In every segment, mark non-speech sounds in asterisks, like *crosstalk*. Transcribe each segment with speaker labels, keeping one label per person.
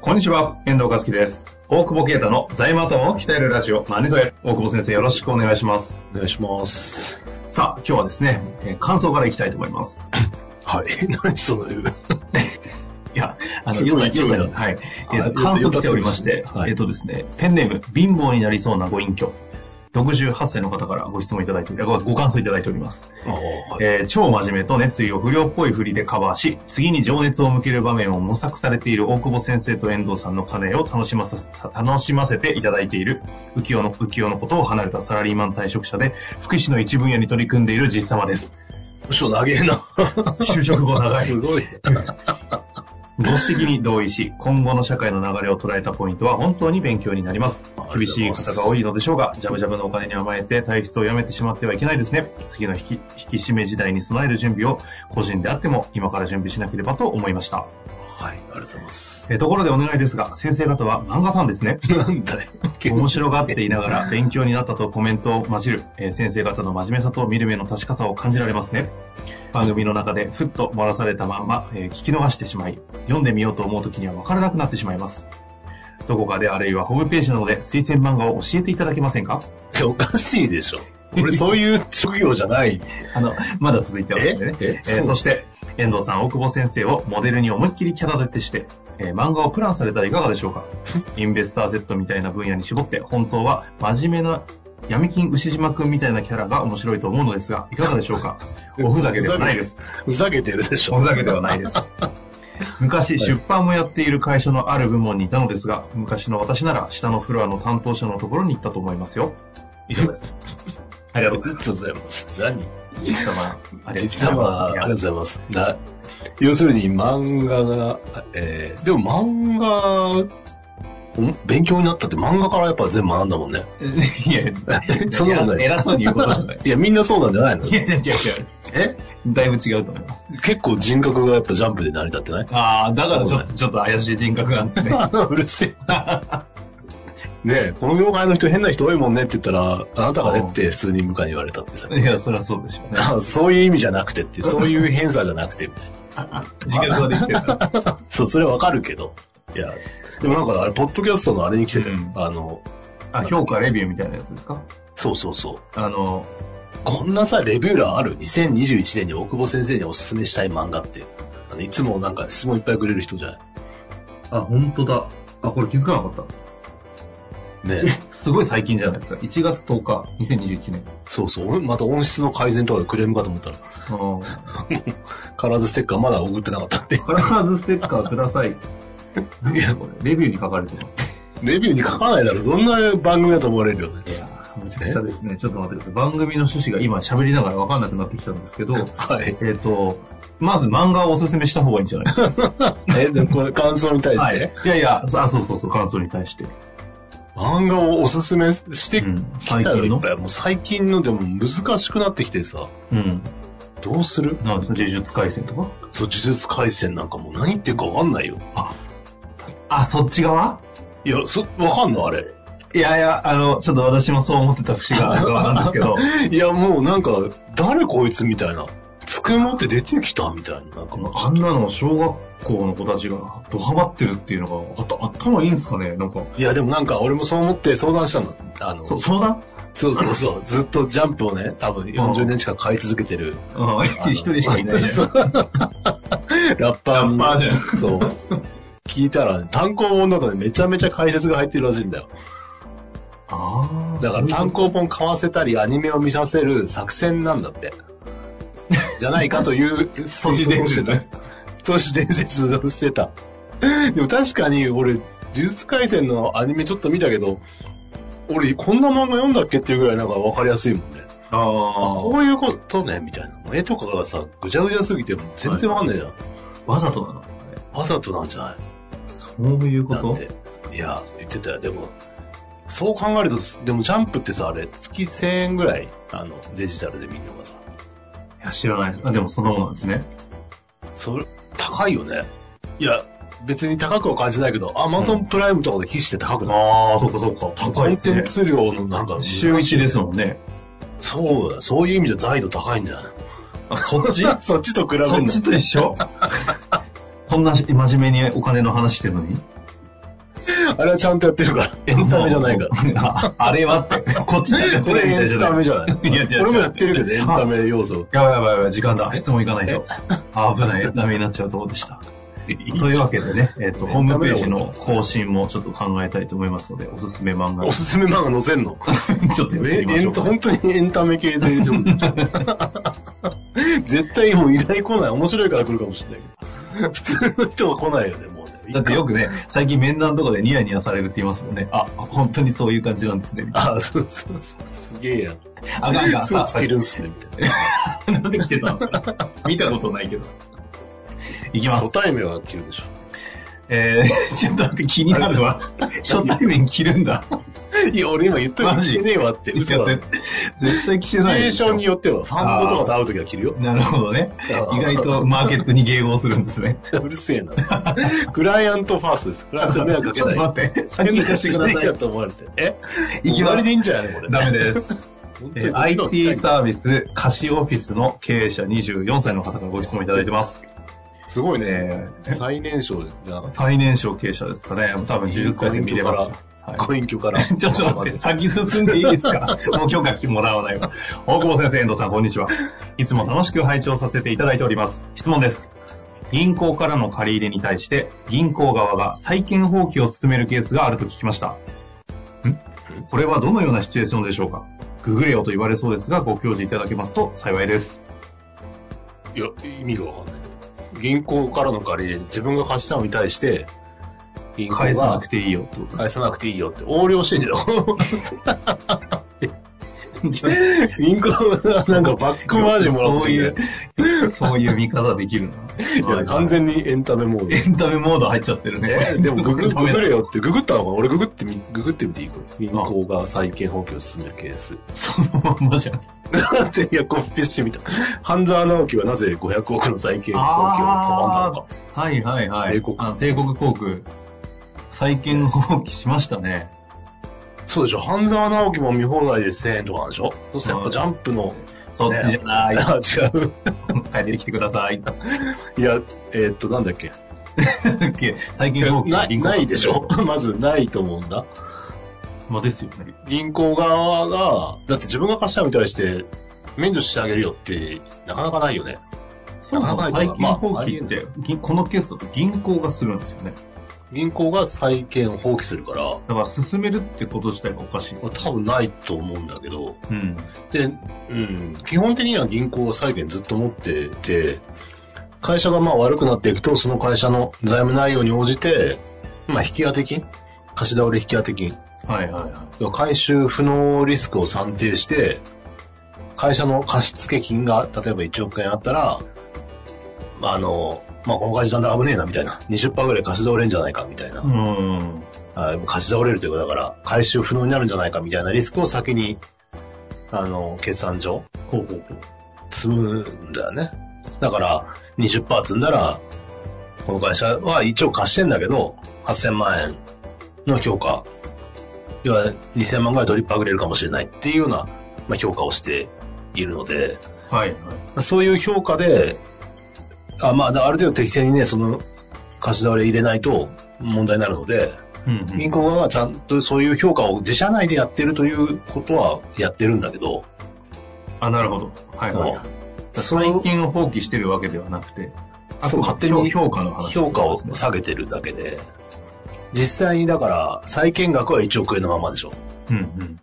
Speaker 1: こんにちは、遠藤和樹です。大久保啓太の財務頭を鍛えるラジオ、マネトレ。大久保先生、よろしくお願いします。
Speaker 2: お願いします。
Speaker 1: さあ、今日はですね、えー感想からいきたいと思います。
Speaker 2: はい。 *laughs* 何その、
Speaker 1: いや、あ
Speaker 2: すごい
Speaker 1: よく
Speaker 2: 勢いだ
Speaker 1: はい。えっ、
Speaker 2: あ
Speaker 1: と、感想
Speaker 2: よか
Speaker 1: 来
Speaker 2: っ
Speaker 1: て
Speaker 2: た
Speaker 1: おりまして、
Speaker 2: はい
Speaker 1: えっ、とですね、ペンネーム、貧乏になりそうなご隠居。68歳の方からご質問いただいて、ごご感想いただいております。
Speaker 2: ああ、はい。
Speaker 1: えー超真面目と熱意を不良っぽい振りでカバーし、次に情熱を向ける場面を模索されている大久保先生と遠藤さんの金を楽しまさせ、楽しませていただいている、浮世の、浮世のことを離れたサラリーマン退職者で、福祉の一分野に取り組んでいる実様です。
Speaker 2: 部署長えな。
Speaker 1: 就職後長い。
Speaker 2: すごい。
Speaker 1: ご指摘に同意し、今後の社会の流れを捉えたポイントは本当に勉強になります
Speaker 2: あ。
Speaker 1: 厳
Speaker 2: りがとうご
Speaker 1: し
Speaker 2: ざい
Speaker 1: い
Speaker 2: ます
Speaker 1: 方が多いのでしょうが、ジャブジャブのお金に甘えて体質をやめてしまってはいけないですね。次の引き引き締め時代に備える準備を個人であっても今から準備しなければと思いました。
Speaker 2: はい、ありがとうございます。
Speaker 1: えところでお願いですが、先生方は漫画ファンですね。
Speaker 2: なんだよ。
Speaker 1: 面白がっていながら勉強になったとコメントを混じる、えー先生方の真面目さと見る目の確かさを感じられますね。番組の中でふっと漏らされたまま、えー聞き逃してしまい、読んでみようと思う時には分からなくなってしまいます。どこかであるいはホームページなどで推薦漫画を教えていただけませんか
Speaker 2: おかしいでしょ。俺、そういう職業じゃない。
Speaker 1: あの、まだ続いてますんでね。
Speaker 2: ええ
Speaker 1: えー
Speaker 2: そう
Speaker 1: そして、遠藤さん、大久保先生をモデルに思いっきりキャラ立てして、えー漫画をプランされたらいかがでしょうかインベスター Z みたいな分野に絞って、本当は真面目な闇金牛島くんみたいなキャラが面白いと思うのですが、いかがでしょうかおふざけではないです。
Speaker 2: ふざけてるでしょ。
Speaker 1: おふざけではないです。昔、出版もやっている会社のある部門にいたのですが、昔の私なら下のフロアの担当者のところに行ったと思いますよ。以上です。 *laughs* ありが
Speaker 2: あ
Speaker 1: とう
Speaker 2: り
Speaker 1: ござい
Speaker 2: がとうございます。何
Speaker 1: ます。実様、ありがとうございます
Speaker 2: 実は、ありがとうございます。な要するに漫画が、えー、でも漫画、ん勉強になったって漫画からやっぱ全部学んだもんね。
Speaker 1: いやいや、
Speaker 2: そんなことない
Speaker 1: 偉そうに言うことじゃない。
Speaker 2: いや、みんなそうなんじゃないの
Speaker 1: いや、違う違う違
Speaker 2: え
Speaker 1: う。だいぶ違うと思います。
Speaker 2: 結構人格がやっぱジャンプで成り立ってない
Speaker 1: ああ、だからちょ
Speaker 2: そう
Speaker 1: っと、ちょっと怪しい人格なんですね。
Speaker 2: あ *laughs* うるせえ。ねえ、この業界の人変な人多いもんねって言ったら、あなたがねって普通に部下に言われたってさ。
Speaker 1: いや、そりゃそうでしょうね。
Speaker 2: あそういう意味じゃなくてって、そういう偏差じゃなくてみたいな。
Speaker 1: *laughs* 自覚はできてるから。
Speaker 2: そう、それはわかるけど。いや、でもなんかあれ、ポッドキャストのあれに来てたよ、
Speaker 1: うん
Speaker 2: あの、
Speaker 1: あ、評価レビューみたいなやつですか
Speaker 2: そうそうそう。
Speaker 1: あの、
Speaker 2: こんなさ、レビュー欄ある ?2021 年に大久保先生におすすめしたい漫画って。あのいつもなんか質問いっぱいくれる人じゃない
Speaker 1: あ、本当だ。あ、これ気づかなかっ
Speaker 2: ねえ
Speaker 1: た。すごい最近じゃないですか。1月10日、2021年。 *laughs*
Speaker 2: そうそう。また音質の改善とかでクレームかと思ったら、 *laughs*
Speaker 1: うん。
Speaker 2: カラーズステッカーまだ送ってなかったって。
Speaker 1: カラーズステッカーくださ *laughs* い。なんだこれレビューに書かれてます。
Speaker 2: レビューに書かないだろ。どんな番組だと思われるよね。
Speaker 1: いやーめちゃくちゃですね。ちょっと待ってください。番組の趣旨が今喋りながら分かんなくなってきたんですけど、
Speaker 2: はい。
Speaker 1: えっ、と、まず漫画をおすすめした方がいいんじゃないですか。
Speaker 2: え、でもこれ感想に対して、
Speaker 1: いやいや、あそうそうそう、感想に対して。
Speaker 2: 漫画をおすすめして
Speaker 1: うん
Speaker 2: きた
Speaker 1: 最
Speaker 2: よ、
Speaker 1: 近の
Speaker 2: いっぱい。もう最近のでも難しくなってきてさ、
Speaker 1: うん。
Speaker 2: どうする
Speaker 1: なんですか、呪術廻戦とか
Speaker 2: そう、呪術廻戦なんかもう何言ってるかわかんないよ。
Speaker 1: あ、そっち側
Speaker 2: いや、そ、わかんのあれ。
Speaker 1: いやいや、あの、ちょっと私もそう思ってた節がある側なんですけ
Speaker 2: *laughs*
Speaker 1: ど、
Speaker 2: いや、もうなんか、誰こいつみたいな。つくもって出てきたみたいな。なんか
Speaker 1: こ
Speaker 2: もう
Speaker 1: のあんなの小学校の子たちがドハマってるっていうのが、あと頭いいんですかねなんか、
Speaker 2: いや、でもなんか俺もそう思って相談したの。あの、
Speaker 1: そ相談
Speaker 2: そうそうそう。ずっとジャンプをね、多分40年近く買い続けてる。
Speaker 1: うん、一人しかいないじゃ
Speaker 2: そうラッパーに。
Speaker 1: ラッパーじゃん
Speaker 2: そう。聞いたら、単行本の中でめちゃめちゃ解説が入ってるらしいんだよ。
Speaker 1: あ
Speaker 2: だから単
Speaker 1: 行。
Speaker 2: 行本買わせたり、アニメを見させる作戦なんだって。じゃないかという、
Speaker 1: *laughs* 都市伝説。
Speaker 2: *laughs* 都市伝説をしてた。でも確かに俺、呪術廻戦のアニメちょっと見たけど、俺こんな漫画読んだっけっていうぐらいなんかわかりやすいもんね。あ
Speaker 1: あ
Speaker 2: こういうことね、みたいな。絵とかがさ、ぐちゃぐちゃすぎて、全然わかんないじゃん。
Speaker 1: あ、わざとなのあれ
Speaker 2: わざとなんじゃない
Speaker 1: そういうこ
Speaker 2: だ
Speaker 1: と
Speaker 2: って。いや、言ってたよ。でも、そう考えると、でもジャンプってさ、あれ、月1000円ぐらい、あの、デジタルで見るのがさ、
Speaker 1: いや、知らない。あ、でもそんなもんなんですね。
Speaker 2: それ、高いよね。いや、別に高くは感じないけど、アマゾンプライムとかで必死で高くない、
Speaker 1: ああ、そっかそっか。高いです
Speaker 2: コン
Speaker 1: ね
Speaker 2: テン。ツ量のなんか、
Speaker 1: 週一ですもんね。
Speaker 2: そうだ、そういう意味じゃ財度高いんだよね。
Speaker 1: あ、そっ
Speaker 2: そっち *laughs* と比べる
Speaker 1: そっ
Speaker 2: の。
Speaker 1: ちと一
Speaker 2: *laughs*
Speaker 1: 緒こんな真面目にお金の話してるのに。
Speaker 2: あれはちゃんとやってるから。エンタメじゃないから。
Speaker 1: ら。ああれはって、こっちだって
Speaker 2: これエンタメじゃない。
Speaker 1: いや違う違う
Speaker 2: 俺もやってるけど、エンタメ要素。
Speaker 1: やばいやばいやばい、時間だ。質問いかないと。危ない、ダメになっちゃうとこで
Speaker 2: *laughs*
Speaker 1: した。というわけでね、えっ、と、ホームページの更新もちょっと考えたいと思いますので、おすすめ漫画を
Speaker 2: おすすめ漫画載せんの
Speaker 1: *laughs* ちょっとやって
Speaker 2: え
Speaker 1: みま
Speaker 2: エ
Speaker 1: しょ
Speaker 2: ン
Speaker 1: うか
Speaker 2: タ。本当にエンタメ系で上手 *laughs* 絶対もう依頼来ない。面白いから来るかもしれないけど。普通の人は来ないよね、もうね。
Speaker 1: だってよ
Speaker 2: く。
Speaker 1: くね、最近面談とかでニヤニヤされるって言いますもんね。あ、本当にそういう感じなんですね。みたい
Speaker 2: あ、そうそうそう。すげえやん。
Speaker 1: なあがんが
Speaker 2: スー
Speaker 1: さ、
Speaker 2: ツ着てるんすね、みたい
Speaker 1: なんで来てたんですか見たことないけど。いき
Speaker 2: な。
Speaker 1: ます
Speaker 2: 初。対面は着るでしょ。
Speaker 1: えー、ちょっと待って気になるわ。初対面着るんだ。
Speaker 2: いや、俺今言っとい
Speaker 1: マ
Speaker 2: て
Speaker 1: ジ
Speaker 2: 着ねえわって。
Speaker 1: いや
Speaker 2: 嘘だ。
Speaker 1: 絶
Speaker 2: シ
Speaker 1: 絶対着
Speaker 2: チ
Speaker 1: て
Speaker 2: ュ
Speaker 1: ない
Speaker 2: エー
Speaker 1: でし
Speaker 2: シ
Speaker 1: ょ
Speaker 2: ョンによっては、ファンのとかと会うときは着る
Speaker 1: *laughs*
Speaker 2: よ。
Speaker 1: なるほどね。意外とマーケットに迎合するんですね。
Speaker 2: うるせえな。クライアントファーストです。クライアントに迷惑
Speaker 1: *laughs*
Speaker 2: か
Speaker 1: ち
Speaker 2: け
Speaker 1: ょっ
Speaker 2: な
Speaker 1: と
Speaker 2: い。
Speaker 1: 待って、先行かせてくださ
Speaker 2: や
Speaker 1: い。
Speaker 2: と思われて。え
Speaker 1: いき
Speaker 2: 終わ
Speaker 1: ま
Speaker 2: り
Speaker 1: す
Speaker 2: でいいんじゃないのこれ。
Speaker 1: ダメです。
Speaker 2: 本当
Speaker 1: え
Speaker 2: に
Speaker 1: ー IT サービス貸しオフィスの経営者24歳の方からご質問いただいてます。
Speaker 2: すごいね
Speaker 1: え。ー
Speaker 2: 最年少じゃなかっ
Speaker 1: 最年少経営者ですかね。多分技術改正見れますよ。は
Speaker 2: た。
Speaker 1: い
Speaker 2: ご隠居か
Speaker 1: *laughs*
Speaker 2: ら。
Speaker 1: ちょっと待って、先進んでいいです
Speaker 2: *laughs*
Speaker 1: かもう許可もらわないわ。大久保先生、遠藤さん、こんにちは。いつも楽しく拝聴させていただいております。質問です。銀行からの借り入れに対して、銀行側が債権放棄を進めるケースがあると聞きました。んこれはどのようなシチュエーションでしょうかググれよと言われそうですが、ご教示いただけますと幸いです。
Speaker 2: いや、意味がわかんない。銀行からの借り入れ、自分が貸したのに対して、銀行
Speaker 1: 返さな
Speaker 2: が
Speaker 1: くていいよ
Speaker 2: *laughs*
Speaker 1: ってこと。
Speaker 2: 返さなくていいよって、横領してんじゃん。
Speaker 1: *laughs*
Speaker 2: 銀行がなんかバックマージンもら
Speaker 1: そ
Speaker 2: って
Speaker 1: う
Speaker 2: きて
Speaker 1: いう、そういう見方できる
Speaker 2: いや
Speaker 1: な。
Speaker 2: 完全にエンタメモード。
Speaker 1: エンタメモード入っちゃってるね。
Speaker 2: で
Speaker 1: *laughs*
Speaker 2: もググ、
Speaker 1: ダ
Speaker 2: グ
Speaker 1: メ
Speaker 2: グ
Speaker 1: だ
Speaker 2: れよって、ググったのかな俺ググってみ、ググってみていいこれ。銀行が債権放棄を進めるケース。
Speaker 1: そのまんまじゃん。
Speaker 2: だって、いや、コピーしてみた。半沢直樹はなぜ500億の債権放棄を拒んだのか。
Speaker 1: はいはいはい。
Speaker 2: 帝国
Speaker 1: あの帝国航空。債権放棄しましたね。
Speaker 2: そうでしょ。半沢直樹も見放題で1000円とかなんでしょそしてやっぱジャンプの、
Speaker 1: そっちじゃない。
Speaker 2: *laughs* あ、違う。
Speaker 1: 帰ってきてください。
Speaker 2: いや、えーっと、なんだっけ。
Speaker 1: 債権放棄
Speaker 2: な
Speaker 1: は銀行が
Speaker 2: ないで
Speaker 1: *laughs*
Speaker 2: しょまず、ないと思うんだ。
Speaker 1: まあですよね。
Speaker 2: 銀行側が、だって自分が貸したのに対して、免除してあげるよって、なかなかないよね。
Speaker 1: そうなの
Speaker 2: なかなか
Speaker 1: 債権放
Speaker 2: まあありえ
Speaker 1: 棄
Speaker 2: な
Speaker 1: っ
Speaker 2: い
Speaker 1: て、銀このケースだと銀行がするんですよね。
Speaker 2: 銀行が債権を放棄するから、
Speaker 1: だから進めるってこと自体がおかしいです
Speaker 2: こ。れ多分ないと思うんだけど、
Speaker 1: うん。
Speaker 2: で、うん、基本的には銀行は債権ずっと持ってて、会社がまあ悪くなっていくと、その会社の財務内容に応じて、まあ引き当て金貸し倒れ引き当て金
Speaker 1: はいはいは。
Speaker 2: 回収不能リスクを算定して、会社の貸付金が、例えば1億円あったら、まああの、まあこの会社なんだん危ねえなみたいな、20%ぐらい貸し倒れんじゃないかみたいない
Speaker 1: う、ん。
Speaker 2: あ貸し倒れるというか、だから、回収不能になるんじゃないかみたいなリスクを先に、あの、決算上、
Speaker 1: ほうほうほう。
Speaker 2: 積むんだよね。だから、20%積んだら、この会社は一応貸してんだけど、8000万円の評価、要は2000万ぐらい取りっぱぐれるかもしれないっていうような、まあ、評価をしているので、
Speaker 1: はいはい。
Speaker 2: まあそういう評価で、あまあ、だからある程度適正にね、その、貸し倒れ入れないと問題になるので、
Speaker 1: うんう
Speaker 2: 銀
Speaker 1: ん。
Speaker 2: 行側がちゃんとそういう評価を自社内でやってるということはやってるんだけど、
Speaker 1: あ、なるほど。はいはいはい。
Speaker 2: そう
Speaker 1: 債権を放棄してるわけではなくて、あ
Speaker 2: そう
Speaker 1: 勝手に評価の話。
Speaker 2: 評価を下げてるだけで、実際にだから、債権額は1億円のままでしょ。
Speaker 1: うんうん。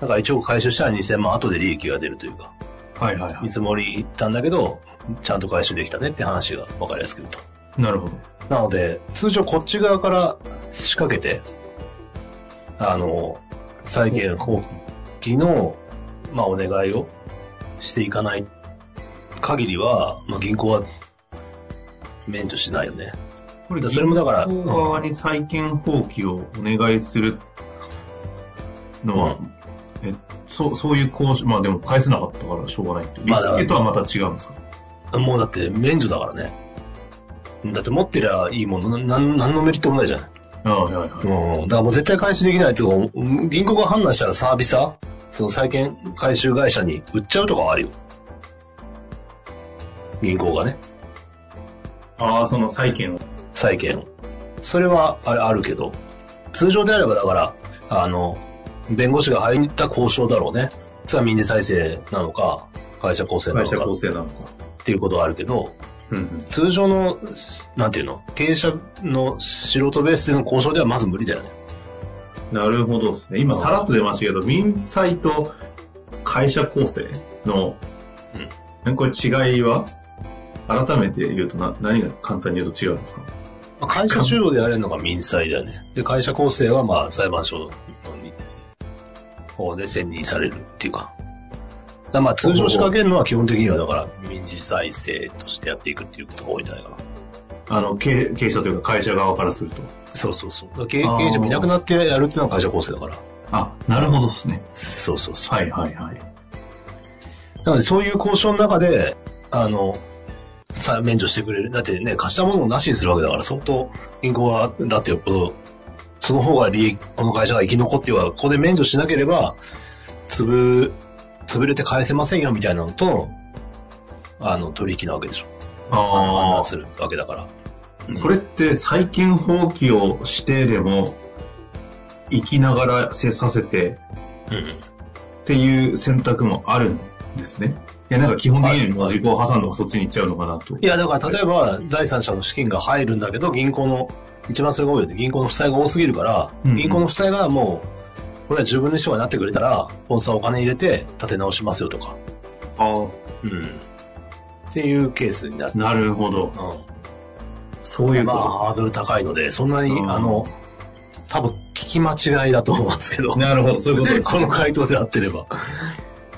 Speaker 2: だから1億回収したら2000万後で利益が出るというか、
Speaker 1: はいはいは
Speaker 2: 見積もり行ったんだけど、ちゃんと回収できたねって話が分かりやすく言うと。
Speaker 1: い。なるほど。
Speaker 2: なので、通常こっち側から仕掛けて、あの、債権放棄の、まあ、お願いをしていかない限りは、まあ、銀行は免除しないよね。
Speaker 1: こ
Speaker 2: それもだから
Speaker 1: 銀行側に債権放棄をお願いするのは、えそうそういう交渉、まあでも返せなかったからしょうがないっていう。リ
Speaker 2: まあだ
Speaker 1: ス
Speaker 2: から
Speaker 1: ケとはまた違うんですか
Speaker 2: もうだって免除だからね。だって持ってりゃいいもの、なんなんのメリットもないじゃない。
Speaker 1: ああ、はいはい。
Speaker 2: うん。だからもう絶対回収できないっていうか、うん銀行が判断したらサービスはその債権回収会社に売っちゃうとかはあるよ。銀行がね、
Speaker 1: ああ、その債権を。
Speaker 2: 債権を。それは、あれ、あるけど、通常であればだから、あの、弁護士が入った交渉だろうね。それは民事再生なのか、会社構成な
Speaker 1: 会
Speaker 2: の
Speaker 1: 社
Speaker 2: か
Speaker 1: 構成なのか。
Speaker 2: っていうことはあるけど、
Speaker 1: うんうん。
Speaker 2: 通常の、なんていうの経営者の素人ベースでの交渉ではまず無理だよね。
Speaker 1: なるほどですね。今さらっと出ましたけど、民債と会社構成の、うん、これ違いは改めて言うとな何が簡単に言うと違うんですか
Speaker 2: まあ会社主導でやれるのが民裁だよね。で、会社構成はまあ裁判所の方で選任されるっていうか。だからまあ通常仕掛けるのは基本的にはだから民事再生としてやっていくっていうことが多いんじゃないかな。
Speaker 1: あの経経営者というか会社側からすると。
Speaker 2: そうそうそう。だから経経営者もいなくなってやるっていうのは会社構成だから。
Speaker 1: あ、なるほどですね。
Speaker 2: そうそうそう。
Speaker 1: はいはいはい。
Speaker 2: なので、そういう交渉の中で、あの、さ免除してくれる。だってね、貸したものをなしにするわけだから、相当、銀行は、だってよっぽど、その方が利益、この会社が生き残っては、ここで免除しなければ、潰、潰れて返せませんよ、みたいなのと、あの、取引なわけでしょ。判
Speaker 1: あ
Speaker 2: 断するわけだから。
Speaker 1: あ、これって債権放棄をしてでも、生きながらせさせて
Speaker 2: うん。
Speaker 1: っていう選択もあるんですね。いや、なんか基本的には時効を挟んのがそっちに行っちゃうのかなと。
Speaker 2: いや、だから例えば、第三者の資金が入るんだけど、銀行の、一番それが多いよね。銀行の負債が多すぎるから、
Speaker 1: うん
Speaker 2: 銀行の負債がもう、これは10分の1とかになってくれたら、ポンさんお金入れて立て直しますよとか。
Speaker 1: あ
Speaker 2: うん。っていうケースになる。
Speaker 1: あ、なるほど。
Speaker 2: う
Speaker 1: そうい
Speaker 2: ん。
Speaker 1: う
Speaker 2: ま
Speaker 1: こ
Speaker 2: あ、
Speaker 1: と。
Speaker 2: ハードル高いので、そんなに、
Speaker 1: うん
Speaker 2: あの、多分聞き間違いだと思うんですけど。
Speaker 1: なるほどそういうことです
Speaker 2: *laughs* この回答で合ってれば。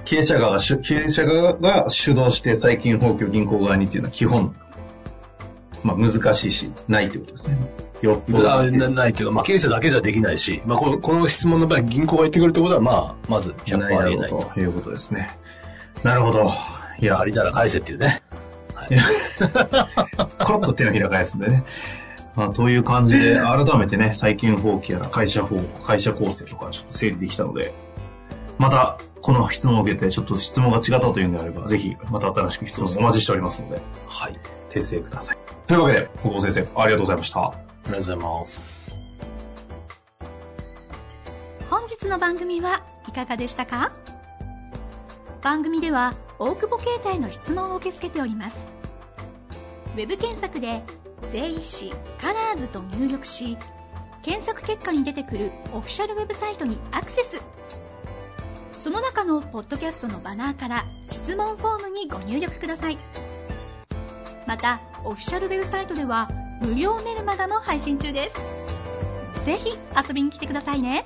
Speaker 1: 経営者側が主、経営者側が主導して債権放棄を銀行側にっていうのは基本、まあ難しいし、ないってことですね。よっぽど。
Speaker 2: あなないというか、まあ、経営者だけじゃできないし、まあ、このこの質問の場合、銀行が言ってくるってことは、まあ、まず100%ありえないと。
Speaker 1: ということですね。なるほど。いや、
Speaker 2: 借りたら返せっていうね。
Speaker 1: コロッと手のひら返すんでね。まあ、という感じで、 *laughs* 改めてね、債権放棄やら会社法、会社構成とかちょっと整理できたので、また、この質問を受けて、ちょっと質問が違ったというのであれば、ぜひ、また新しく質問をお待ちしておりますので、
Speaker 2: はい。あり
Speaker 1: 訂正ください。というわけで、小久保先生、ありがとうございました。
Speaker 2: がとうございます。
Speaker 3: 本日の番組はいかがでしたか番組では大久保携帯の質問を受け付けておりますウェブ検索で「税理士カラーズと入力し検索結果に出てくるオフィシャルウェブサイトにアクセスその中のポッドキャストのバナーから質問フォームにご入力くださいまたオフィシャルウェブサイトでは無料メルマガも配信中ですぜひ遊びに来てくださいね